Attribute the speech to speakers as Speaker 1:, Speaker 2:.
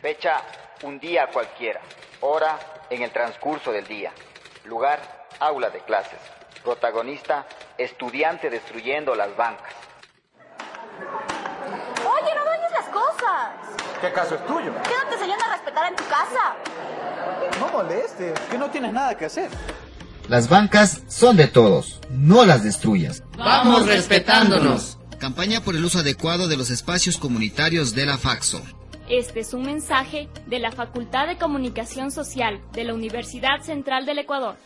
Speaker 1: Fecha, un día cualquiera. Hora, en el transcurso del día. Lugar, aula de clases. Protagonista, estudiante destruyendo las bancas.
Speaker 2: Oye, no dañes las cosas.
Speaker 3: ¿Qué caso es tuyo?
Speaker 2: Quédate enseñando a respetar en tu casa.
Speaker 3: No molestes, que no tienes nada que hacer.
Speaker 4: Las bancas son de todos, no las destruyas.
Speaker 5: Vamos respetándonos.
Speaker 4: Campaña por el uso adecuado de los espacios comunitarios de la Faxo.
Speaker 6: Este es un mensaje de la Facultad de Comunicación Social de la Universidad Central del Ecuador.